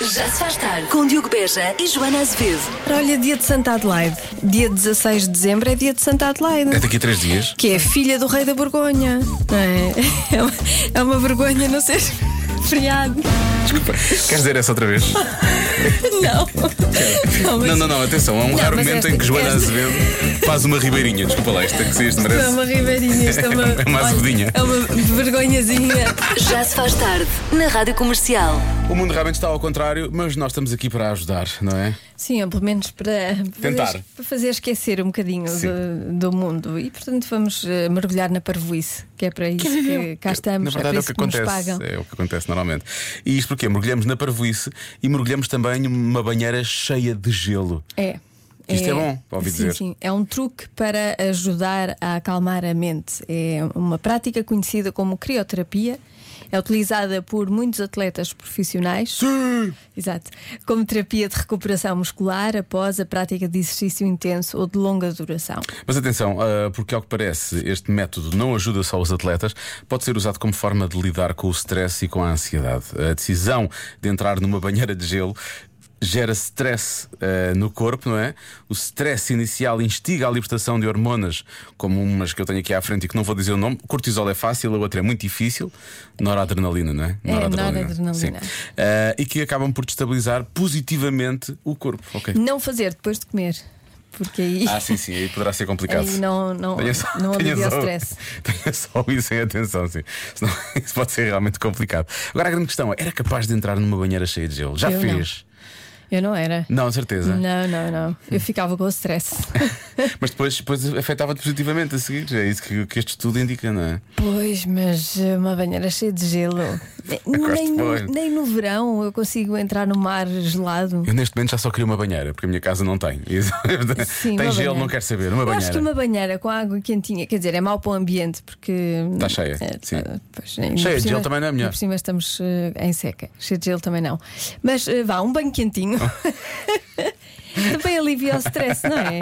Já se faz tarde com Diogo Beja e Joana Azevedo. Olha, dia de Santa Adelaide. Dia 16 de dezembro é dia de Santa É Adelaide. daqui a três dias. Que é filha do rei da Borgonha. não É, é, uma, é uma vergonha não ser feriado. Desculpa. Queres dizer essa outra vez? Não. Não, mas Não, não, não, atenção. Há um Não, raro mas momento esta- em que Joana esta- Azevedo faz uma ribeirinha. Desculpa lá, isto é que se isto isto é merece. uma ribeirinha, isto é uma. É uma olha, azedinha. É uma vergonhazinha. Já se faz tarde na Rádio Comercial. O mundo realmente está ao contrário, mas nós estamos aqui para ajudar, não é? Sim, ou pelo menos para, para Tentar. fazer- para fazer esquecer um bocadinho Sim. do, do mundo. E portanto vamos eh, mergulhar na parvoíce, que é para isso que cá estamos, Na é verdade para é o isso que que, nos acontece. pagam. É o que acontece normalmente. E isto porque mergulhamos na parvoíce e mergulhamos também numa banheira cheia de gelo. É. Isto é bom, ouvi sim, dizer. Sim, é um truque para ajudar a acalmar a mente. É uma prática conhecida como crioterapia. É utilizada por muitos atletas profissionais. Sim! Exato. Como terapia de recuperação muscular após a prática de exercício intenso ou de longa duração. Mas atenção, ah, porque ao que parece, este método não ajuda só os atletas, pode ser usado como forma de lidar com o stress e com a ansiedade. A decisão de entrar numa banheira de gelo gera stress ah, no corpo, não é? O stress inicial instiga a libertação de hormonas, como umas que eu tenho aqui à frente e que não vou dizer o nome. Cortisol é fácil, a outra é muito difícil. Noradrenalina, não é? É, noradrenalina. Sim. Ah, e que acabam por destabilizar positivamente o corpo. Ok. Não fazer depois de comer, porque aí. Ah, sim, sim, aí poderá ser complicado. Aí não, não, Tenha só- não tenha alivia o só- um. stress. Tenha só isso em atenção, sim. Senão isso pode ser realmente complicado. Agora a grande questão é: era capaz de entrar numa banheira cheia de gelo? Já Eu não. fez? Eu não era. Não, de certeza. Não, não, não. Eu ficava com o stress. Mas depois, depois afetava-te positivamente a seguir. É isso que, que este estudo indica, não é? Pois, mas eh, uma banheira cheia de gelo. nem, no, muito. nem no verão eu consigo entrar no mar gelado. Eu neste momento já só queria uma banheira, porque a minha casa não tem. Isso- Sim, tem uma gelo, banheira. não quero saber. Uma Eu acho que banheira. uma banheira com água quentinha, quer dizer, é mau para o ambiente porque. Está cheia, É, sim. tá, pois, ainda Cheia por de cima- gelo também não é ainda melhor. Por cima estamos eh, em seca. Cheia de gelo também não. Mas eh, vá, um banho quentinho. também alivia o stress, não é?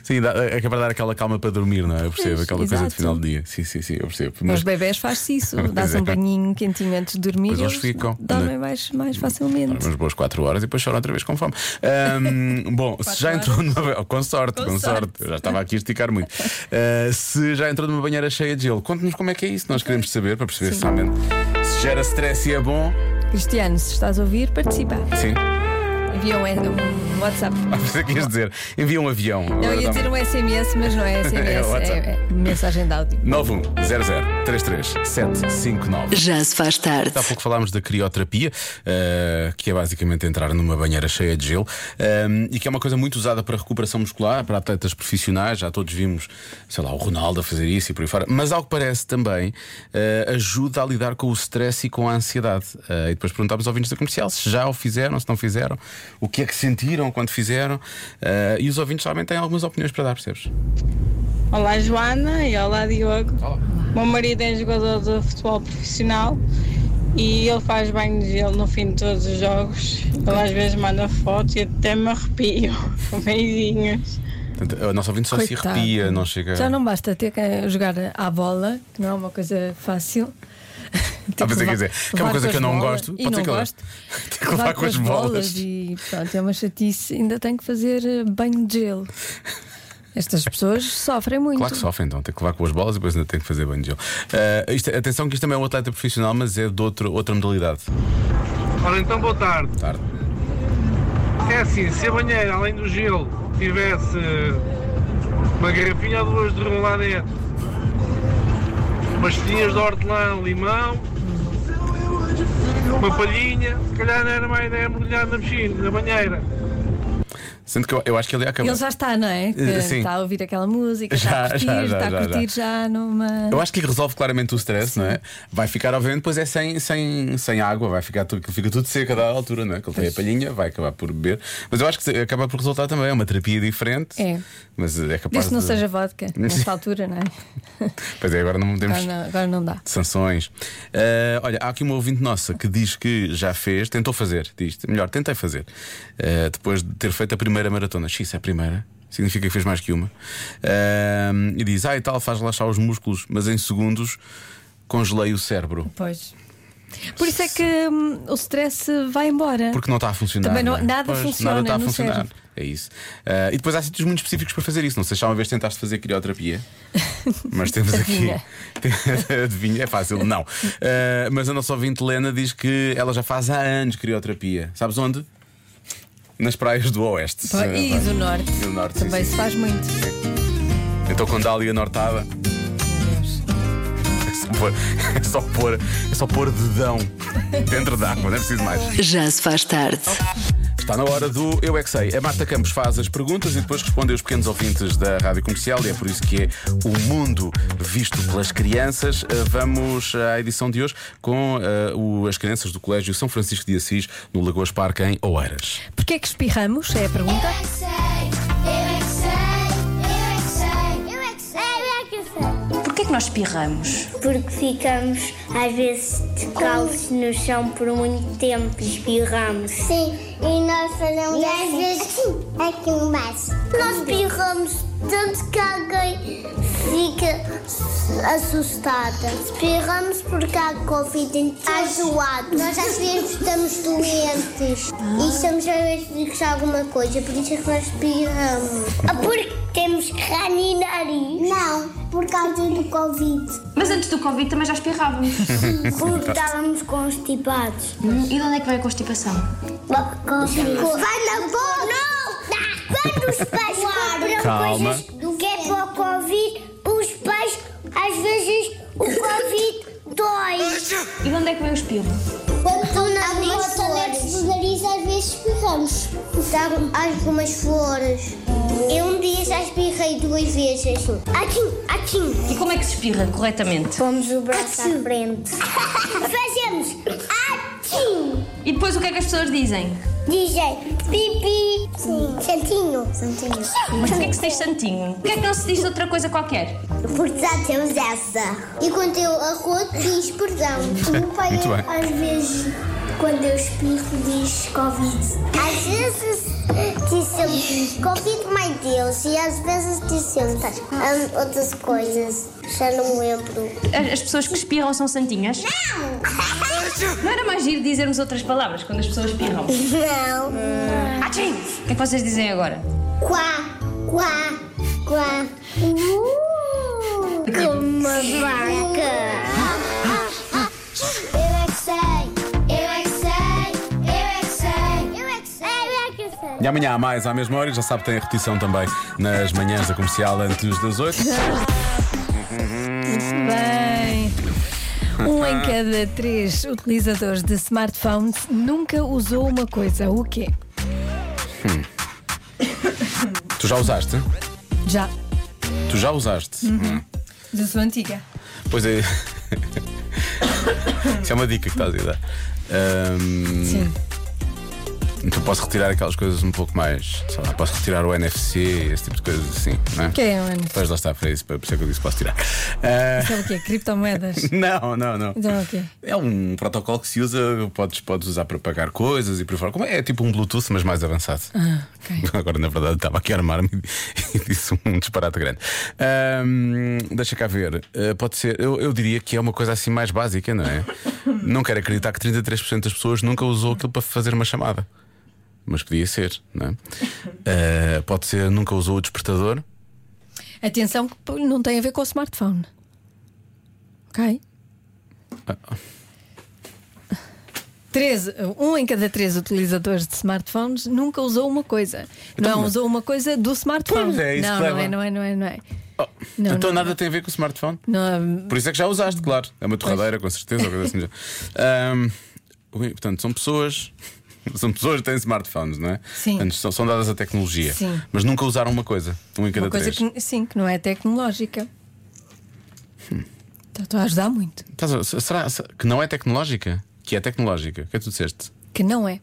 Sim, dá, acaba de dar aquela calma para dormir, não é? Eu percebo, Pois, aquela coisa exato. de final do dia. Sim, sim, sim, eu percebo. Aos Mas- bebés faz-se isso. Pois Dá-se é. um banhinho quentinho antes de dormir Pois e eles eles ficam, dormem né? mais, mais facilmente. Umas boas 4 horas e depois choram outra vez com fome. Ahm, bom, se já entrou numa. ba- Com sorte, com, Com sorte. sorte. Eu já estava aqui a esticar muito. Ah, se já entrou numa banheira cheia de gelo, conte-nos como é que é isso. Nós queremos saber para perceber se realmente se gera stress e é bom. Cristiano, se estás a ouvir, participa. Sim, Envia um, um WhatsApp. mas é que ias dizer. Envia um avião. Não, Agora ia dá-me- dizer um SMS, mas não é SMS, É é, WhatsApp. é mensagem de áudio. 910033759. Já se faz tarde. Há pouco falámos da crioterapia, eh, que é basicamente entrar numa banheira cheia de gelo, ehm, e que é uma coisa muito usada para recuperação muscular, para atletas profissionais. Já todos vimos, sei lá, o Ronaldo a fazer isso e por aí fora. Mas, ao que parece, também eh, ajuda a lidar com o stress e com a ansiedade. Eh, e depois perguntámos aos ouvintes da comercial se já o fizeram, se não fizeram, o que é que sentiram quando fizeram. Eh, e os ouvintes realmente têm algumas opiniões para dar, percebes? Olá Joana e olá Diogo. Meu marido é jogador de futebol profissional e ele faz banho de gelo no fim de todos os jogos. Ele às vezes manda fotos e até me arrepio. Beijinhos. Portanto, a nossa ouvinte só se Coitado. arrepia, não chega. Já não basta ter que jogar à bola, que não é uma coisa fácil. Ter Ah, pensei Tipo, que levar- ia dizer, que é uma levar coisa com que eu as não bolas. gosto. E Pode não ser que eu- gosto. Tem que levar com as bolas. E pronto, é uma chatice. Ainda tenho que fazer eh, banho de gelo. Estas pessoas sofrem muito. Claro que sofre, então, tem que levar com as bolas e depois ainda tem que fazer banho de gelo. Ah, isto- atenção, que isto também é um atleta profissional, mas é de outro- outra modalidade. Ora então, boa tarde. Tarde. É assim, se a banheira, além do gelo, tivesse uma garrafinha ou duas de rum lá dentro, umas folhinhas de hortelã, limão, uma palhinha, se calhar não era má ideia mergulhar na piscina, na banheira. Sendo que eu, eu acho que ele ia acabar. Ele já está, não é? Que Eh, sim. Está a ouvir aquela música, está a Já, curtir, já, já, está a já, curtir já, numa. Eu acho que resolve claramente o stress, não é? Vai ficar, obviamente, depois é sem, sem, sem água, vai ficar tudo, fica tudo seco a dada altura, não é? Que ele tem a palhinha, vai acabar por beber. Mas eu acho que acaba por resultar também, é uma terapia diferente. É. Mas é capaz Desde que não de. seja vodka, nesta altura, não é? Pois é, agora não podemos. Agora não, agora não dá. Sanções. Ah, olha, há aqui uma ouvinte nossa que diz que já fez, tentou fazer, diz, melhor, tentei fazer, Ah, depois de ter feito a primeira maratona. X, é a primeira. Significa que fez mais que uma. Ah, e diz, ah, e tal, faz relaxar os músculos, mas em segundos congelei o cérebro. Pois. Por isso é que hum, o stress vai embora. Porque não está a funcionar. Também não- é? nada Pois, funciona, Nada está a não funcionar. serve. É isso. Ah, e depois há sítios muito específicos para fazer isso. Não sei se já uma vez tentaste fazer crioterapia. Mas temos aqui. Adivinha, é fácil, não. Ah, mas a nossa ouvinte Lena diz que ela já faz há anos crioterapia. Sabes onde? Nas praias do Oeste. Ah, E do norte. E do norte, sim, Também sim. se faz muito. Então com Dália Nortada. É só pôr, é só pôr, é só pôr dedão dentro d'água, não é preciso mais. Já se faz tarde. Está na hora do Eu É Que Sei. A Marta Campos faz as perguntas e depois responde aos pequenos ouvintes da rádio comercial e é por isso que é o mundo visto pelas crianças. Eh, Vamos à edição de hoje com eh, o- as crianças do Colégio São Francisco de Assis, no Lagoas Parque, em Oeiras. Porquê é que espirramos? É a Eu é que sei, eu é que sei, eu é que sei, eu é pergunta. que sei, eu é Porquê é que nós espirramos? que sei. Porque ficamos às vezes de calços no chão por muito tempo e espirramos. Sim, e é assim. nós fazemos às vezes aqui embaixo. Nós espirramos tanto que alguém fica assustada. Espirramos porque há Covid está zoado. Nós Ah. às vezes estamos doentes e estamos a ver se alguma coisa, por isso é que nós espirramos. Ah, Porque temos crânio e nariz? Não, por causa do Covid. Mas antes do Covid também já espirrávamos. Porque estávamos constipados. Hum, e de onde é que vem a constipação? Vai na boca! Não! Quando os pais compram Calma. coisas do que é para o Covid, os pais, às vezes, o Covid dói. E de onde é que vem o espirro? Quando tu nas flores. do nariz, às vezes, pegamos. algumas flores. Eu um dia já espirrei duas vezes. Aqui, aqui. E como é que se espirra corretamente? Pomos o braço à frente. Fazemos aqui. E depois o que é que as pessoas dizem? Dizem pipi. Sim. Santinho. Santinho. Mas porquê é que se diz santinho? Porquê é que não se diz outra coisa qualquer? Porque já temos essa. E quando eu arroto, diz perdão. O meu pai, Muito bem. às vezes, quando eu espirro, diz Covid. Às vezes dizemos Covid, mãe Deus. E às vezes dizemos Tá. ah, outras coisas. Já não me lembro. As, as pessoas que espirram são santinhas? Não era mais giro dizermos outras palavras quando as pessoas espirram? Não. Achim! O que é que vocês dizem agora? Quá, quá, quá. Uh, como uma vaca. Eu é que sei, eu é que sei, eu é que sei, eu é que sei, eu é que sei. E amanhã há mais à mesma hora, e já sabe, tem a repetição também nas manhãs da comercial antes das 8. Bem. Um em cada três utilizadores de smartphones nunca usou uma coisa. O quê? Tu já usaste? Já. Tu já usaste? Hum. Da sua antiga. Pois é. Isso é uma dica que estás a dar. Um, Ahm, Sim. Então posso retirar aquelas coisas um pouco mais. Sei lá, posso retirar o NFC, esse tipo de coisas assim, não é? Que é, mano? Pois lá está para isso, para- por isso é que eu disse que posso tirar. Ah, Sabe o quê? Criptomoedas. não, não, não. é Então é o quê? É um protocolo que se usa, podes, podes usar para pagar coisas e por aí fora. Como é, é tipo um Bluetooth, mas mais avançado. Ah, ok. Agora, na verdade, estava aqui a armar-me e disse um disparate grande. Ahm, deixa cá ver. Ah, pode ser, eu, eu diria que é uma coisa assim mais básica, não é? não quero acreditar que 33% das pessoas nunca usou aquilo para fazer uma chamada. Mas podia ser, não é? Ah, pode ser, nunca usou o despertador. Atenção que pô, não tem a ver com o smartphone. Ok? Ah. 13, um em cada três utilizadores de smartphones nunca usou uma coisa. não Então, mas- usou uma coisa do smartphone. Pois é, isso não, que não leva. é, não é, não é, não é. Oh, Não, então não. nada tem a ver com o smartphone. Não, hum, Por isso é que já usaste, claro. É uma torradeira, com certeza. ou coisa assim do género. Ahm, ui, portanto, são pessoas. São pessoas que têm smartphones, não é? Sim. Portanto, são, são dadas a tecnologia. Sim. Mas nunca usaram uma coisa. Um em cada uma coisa três. que, sim, que não é tecnológica. Hum. Então, Estou a ajudar muito. Estás a- será, será que não é tecnológica? Que é tecnológica. O que é que tu disseste? Que não é.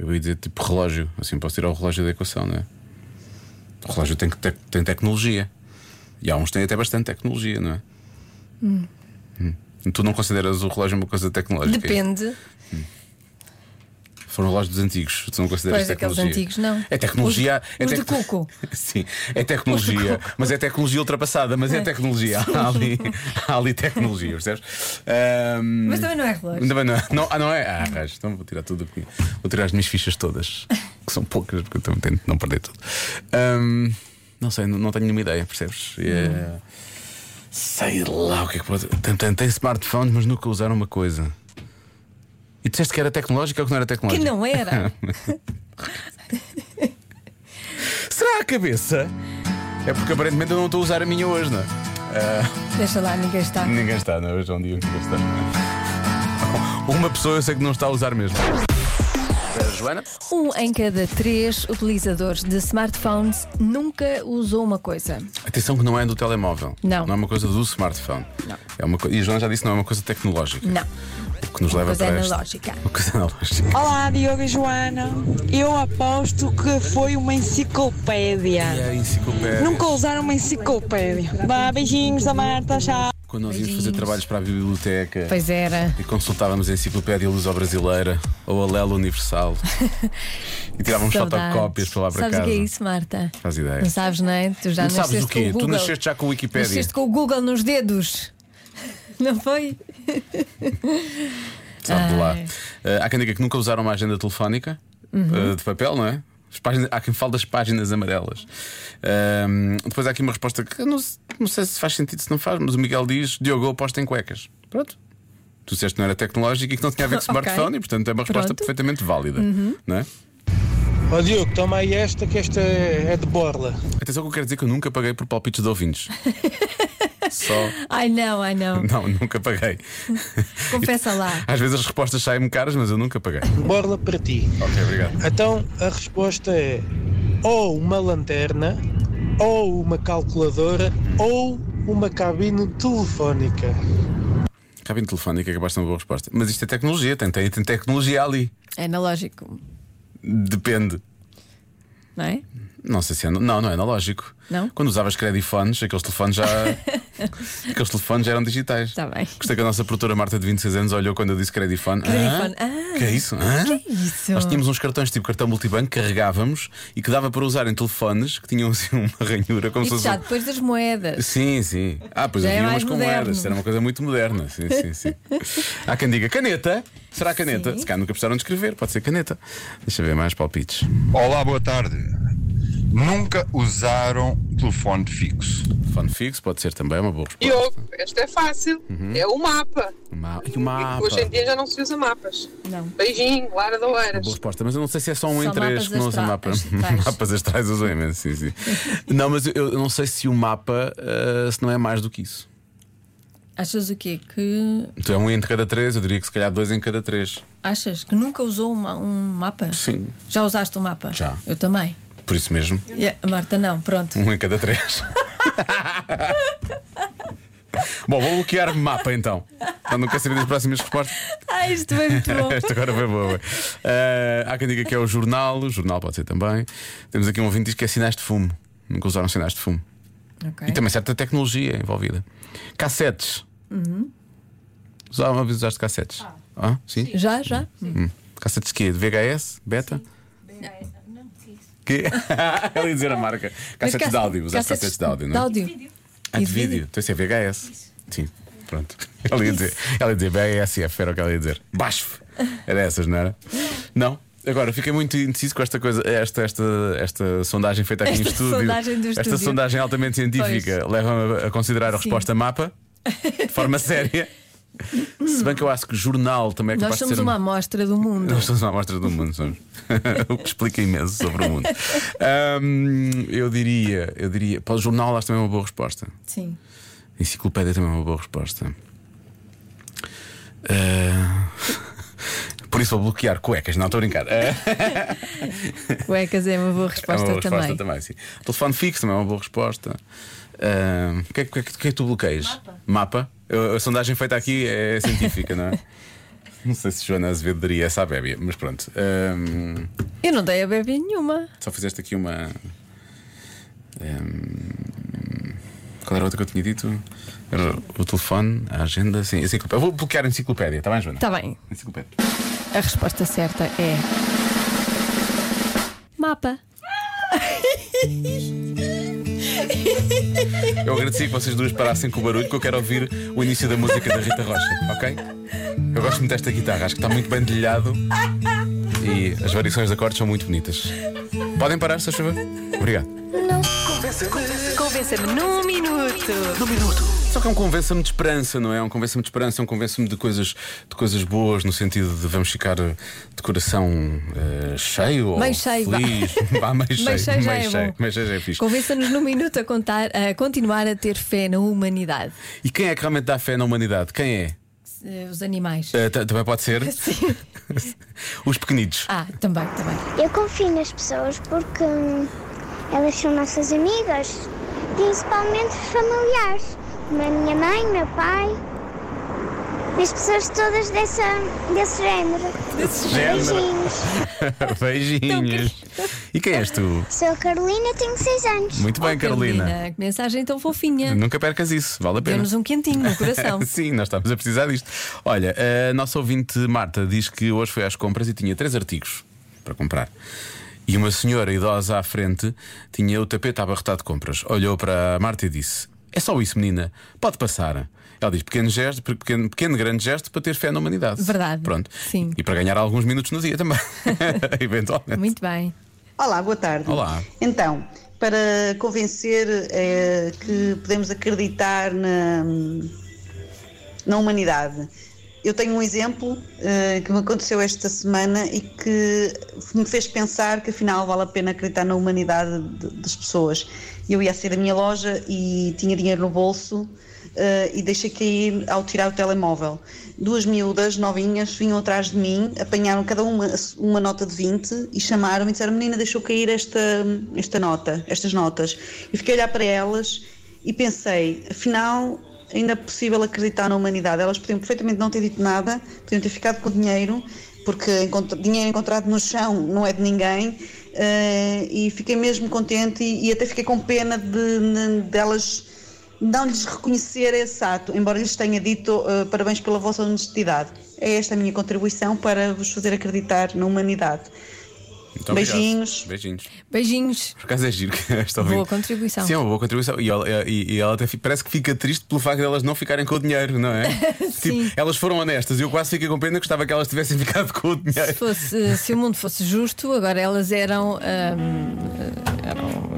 Eu ia dizer tipo relógio. Assim posso tirar o relógio da equação, não é? O relógio tem, que ter- tem tecnologia. E há uns que têm até bastante tecnologia, não é? Hum. é Hum. Tu não consideras o relógio uma coisa tecnológica? Depende. Foram relógios dos antigos. Tu não consideras Pois, aqueles tecnologia. antigos, não. É tecnologia. Os- é os de tec- coco. Sim, é tecnologia. Mas é tecnologia ultrapassada, mas é, tecnologia. Há ali, há ali tecnologia, percebes? Ahm, Mas também não é relógio. Ainda bem, não, é. não, ah, não é? Ah, raios, então vou tirar tudo aqui. Vou tirar as minhas fichas todas, que são poucas, porque eu também tento não perder tudo. Ahm, não sei, não, não tenho nenhuma ideia, percebes? É- Sei lá o que é que pode. Tem, tem, tem smartphones, mas nunca usaram uma coisa. E disseste que era tecnológica ou que não era Que tecnológica? não era. Será a cabeça? É porque aparentemente eu não estou a usar a minha hoje, não é? Deixa lá, ninguém está. Ninguém está, não é? Hoje é um dia em que ninguém está. Uma pessoa eu sei que não está a usar mesmo. Joana? Um em cada três utilizadores de smartphones nunca usou uma coisa. Atenção que não é do telemóvel. Não. Não é uma coisa do smartphone. Não. É uma co- E a Joana já disse não é uma coisa tecnológica. Não. é, O que nos leva coisa para. este- analógica. Uma coisa analógica. Olá, Diogo e Joana. Eu aposto que foi uma enciclopédia. E É a enciclopédia. Nunca usaram uma enciclopédia. Vá, beijinhos da Marta, tchau. Quando nós íamos fazer trabalhos para a biblioteca. Pois era. E consultávamos a Enciclopédia Luso Brasileira ou a Lela Universal. e tirávamos Saudades. fotocópias para lá para sabes casa. o que é isso, Marta? Faz ideia. Não sabes, não é? Tu já Não nasceste sabes o com quê? o Tu Google. nasceste já com a Wikipédia. Nasceste com o Google nos dedos. Não foi? Sabe de lá. Ai. Eh, há quem diga que nunca usaram uma agenda telefónica Uhum. eh, de papel, não é? As páginas- há quem fale das páginas amarelas. Ahm, depois há aqui uma resposta que eu não, se- não sei se faz sentido, se não faz, mas o Miguel diz: Diogo, eu aposto em cuecas. Pronto. Tu disseste que não era tecnológico e que não tinha a ver com Ok. smartphone, e portanto é uma resposta Pronto. Uhum. perfeitamente válida. Não é? Ó Diogo, toma aí esta que esta é de borla. Atenção que eu quero dizer que eu nunca paguei por palpites de ouvintes. Só. Ai não, ai não. Não, nunca paguei. Confessa lá. Às vezes as respostas saem-me caras, mas eu nunca paguei. Borla para ti. Ok, obrigado. Então a resposta é ou uma lanterna, ou uma calculadora, ou uma cabine telefónica. Cabine telefónica que acabaste de uma boa resposta. Mas isto é tecnologia, tem, tem, tem tecnologia ali. É analógico, Depende. não é? Não sei se é. Não, não é analógico. Não? Quando usavas credifones, aqueles telefones já. aqueles telefones já eram digitais. Está Tá bem. Gostei que a nossa produtora Marta de 26 anos olhou quando eu disse credifone. Credifone. Hã? Ah. Que é isso? Hã? Isso. Nós tínhamos uns cartões tipo cartão multibanco, carregávamos e que dava para usar em telefones que tinham assim uma ranhura como se Isso fosse. um já depois das moedas. Sim, sim. Ah, pois Já é havia umas mais com moderno. moedas. Era uma coisa muito moderna. Sim, sim, sim. Há quem diga caneta. Será caneta? Sim. Se cá nunca precisaram de escrever, pode ser caneta. Deixa eu ver mais palpites. Olá, boa tarde. Nunca usaram telefone fixo. Fone fixo pode ser também uma boa resposta. Diogo, esta é fácil. É o mapa. Ma- E o mapa. Hoje em dia já não se usa mapas. Não. Beijinho, Lara da Oeiras. Boa resposta, mas eu não sei se é só um Só em três mapas que não usa astra- mapa. astrais. mapas astrais usam imenso, sim, sim. não, mas eu, eu não sei se o mapa eh, se não é mais do que isso. Achas o quê? Que Então é um em cada três, eu diria que se calhar dois em cada três. achas que nunca usou uma- um mapa? Sim. Já usaste um mapa? Já. Eu também. Por isso mesmo, E a Marta, não, pronto. um em cada três. Bom, vou bloquear mapa então. Então não quero saber das próximas respostas. Ai, isto é muito bom. Esta agora foi boa. Eh, há quem diga que é o jornal, o jornal pode ser também. Temos aqui um ouvinte que diz que é sinais de fumo. Nunca usaram sinais de fumo. Ok. E também certa tecnologia envolvida. Cassetes. Já uma vez usaste cassetes? Uhum. Ah, sim. Já, já. Hum. Cassetes quê? De VHS? Beta? Que? Ela ia dizer a marca. Cassetes de áudio, usaste cassetes de áudio, não é? áudio. E Ah, de de vídeo. vídeo. Então isso é VHS. Sim, pronto. Ela ia dizer, ela ia dizer BSF, era o que ela ia dizer. Basf. Era essas, não era? Não. Agora, fiquei muito indeciso com esta coisa, esta, esta, esta sondagem feita aqui em Esta estúdio. sondagem do Esta estúdio. sondagem altamente científica leva-me a- a considerar a Sim. resposta mapa de forma séria. Se bem que eu acho que jornal também é capaz Nós de somos ser- uma amostra do mundo. nós somos uma amostra do mundo, somos. o que explica imenso sobre o mundo. Ahm, eu diria, eu diria, para o jornal acho também uma boa resposta. Sim. Enciclopédia também é uma boa resposta. Ah, Por isso vou bloquear cuecas, não estou a brincar. Ah, Cuecas é uma boa é uma resposta boa resposta também. também, sim. Telefone fixo também é uma boa resposta. Ah, O que, é, que, é que- o que é que tu bloqueias? Mapa. A, a sondagem feita aqui é científica, não é? Não sei se Joana Azevedo daria essa à bébia, mas pronto. Ah, Ahm, Eu não dei a bebê nenhuma. Só fizeste aqui uma. ehm, qual era a outra que eu tinha dito? Era o telefone, a agenda, Tá. sim, a tá enciclopédia. Eu vou bloquear a enciclopédia, está bem, Joana? Está bem. Enciclopédia. A resposta certa é mapa. Eu agradeci que vocês duas parassem com o barulho, que eu quero ouvir o início da música da Rita Rocha, ok? Eu gosto muito desta guitarra, acho que está muito bem dedilhado e as variações de acordes são muito bonitas. Podem parar, se chuva? Obrigado. Convença-me num minuto. Só que é um convença-me de esperança, não é? É um convença-me de esperança, é um convença-me de coisas, de coisas boas, no sentido de vamos ficar eh, de coração eh, cheio ou Meio cheio, vá. feliz. Vá, meio cheio, Meio cheio já é bom. meio cheio já é fixe. Convença-nos num minuto a, contar, a continuar a ter fé na humanidade. E quem é que realmente dá fé na humanidade? Quem é? Eh, Os animais. Eh, ta- também pode ser? Sim. Os pequenitos. Ah, também, também. Eu confio nas pessoas porque hum, elas são nossas amigas, principalmente familiares. A minha mãe, meu pai, as pessoas todas dessa, desse género. Ah, Desse género. Beijinhos. Beijinhos. E quem és tu? Sou a Carolina, tenho 6 anos. Muito bem, Oh, Carolina. Hum. Que mensagem tão fofinha. Nunca percas isso, vale a pena. Deu-nos um quentinho no coração. Sim, nós estamos a precisar disto. Olha, a nossa ouvinte Marta diz que hoje foi às compras e tinha três artigos para comprar. E uma senhora idosa à frente tinha o tapete abarrotado de compras. Olhou para a Marta e disse: É só isso, menina, pode passar. Ela diz: pequeno gesto, pe- pequeno, pequeno grande gesto para ter fé na humanidade. Verdade. Pronto. Sim. E para ganhar alguns minutos no dia também. Eventualmente. Muito bem. Olá, boa tarde. Olá. Então, para convencer eh, que podemos acreditar na, na humanidade, eu tenho um exemplo eh, que me aconteceu esta semana e que me fez pensar que afinal vale a pena acreditar na humanidade de- das pessoas. Eu ia sair da minha loja e tinha dinheiro no bolso eh, e deixei cair ao tirar o telemóvel. Duas miúdas novinhas vinham atrás de mim, apanharam cada uma a su- uma nota de 20 e chamaram-me e disseram: Menina, deixou cair esta, esta nota, estas notas. E fiquei a olhar para elas e pensei: afinal, ainda é possível acreditar na humanidade. Elas podiam perfeitamente não ter dito nada, podiam ter ficado com o dinheiro, porque encont- dinheiro encontrado no chão não é de ninguém. eh, e fiquei mesmo contente e, e até fiquei com pena de, delas não lhes reconhecer esse ato, embora lhes tenha dito eh, parabéns pela vossa honestidade. É esta a minha contribuição para vos fazer acreditar na humanidade. Muito obrigado. Beijinhos. Beijinhos. Beijinhos. Por acaso é giro que esta Boa ouvinte- contribuição. Sim, é uma boa contribuição. E ela, e- e ela até fi- parece que fica triste pelo facto de elas não ficarem com o dinheiro, não é? Sim. Tipo, elas foram honestas e eu quase fiquei com pena, gostava que elas tivessem ficado com o Se, dinheiro. fosse, se o mundo fosse justo, agora elas eram. ah, eram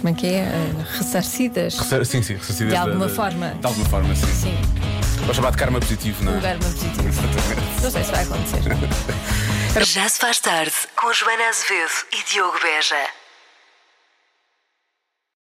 como é que é? Ah, ressarcidas. Ressar- Sim, sim, ressarcidas De da- alguma da- forma. De alguma forma, sim. Sim, Vou chamar de karma positivo, não um é? verbo positivo. Não sei se vai acontecer. Já se faz tarde com Joana Azevedo e Diogo Beja.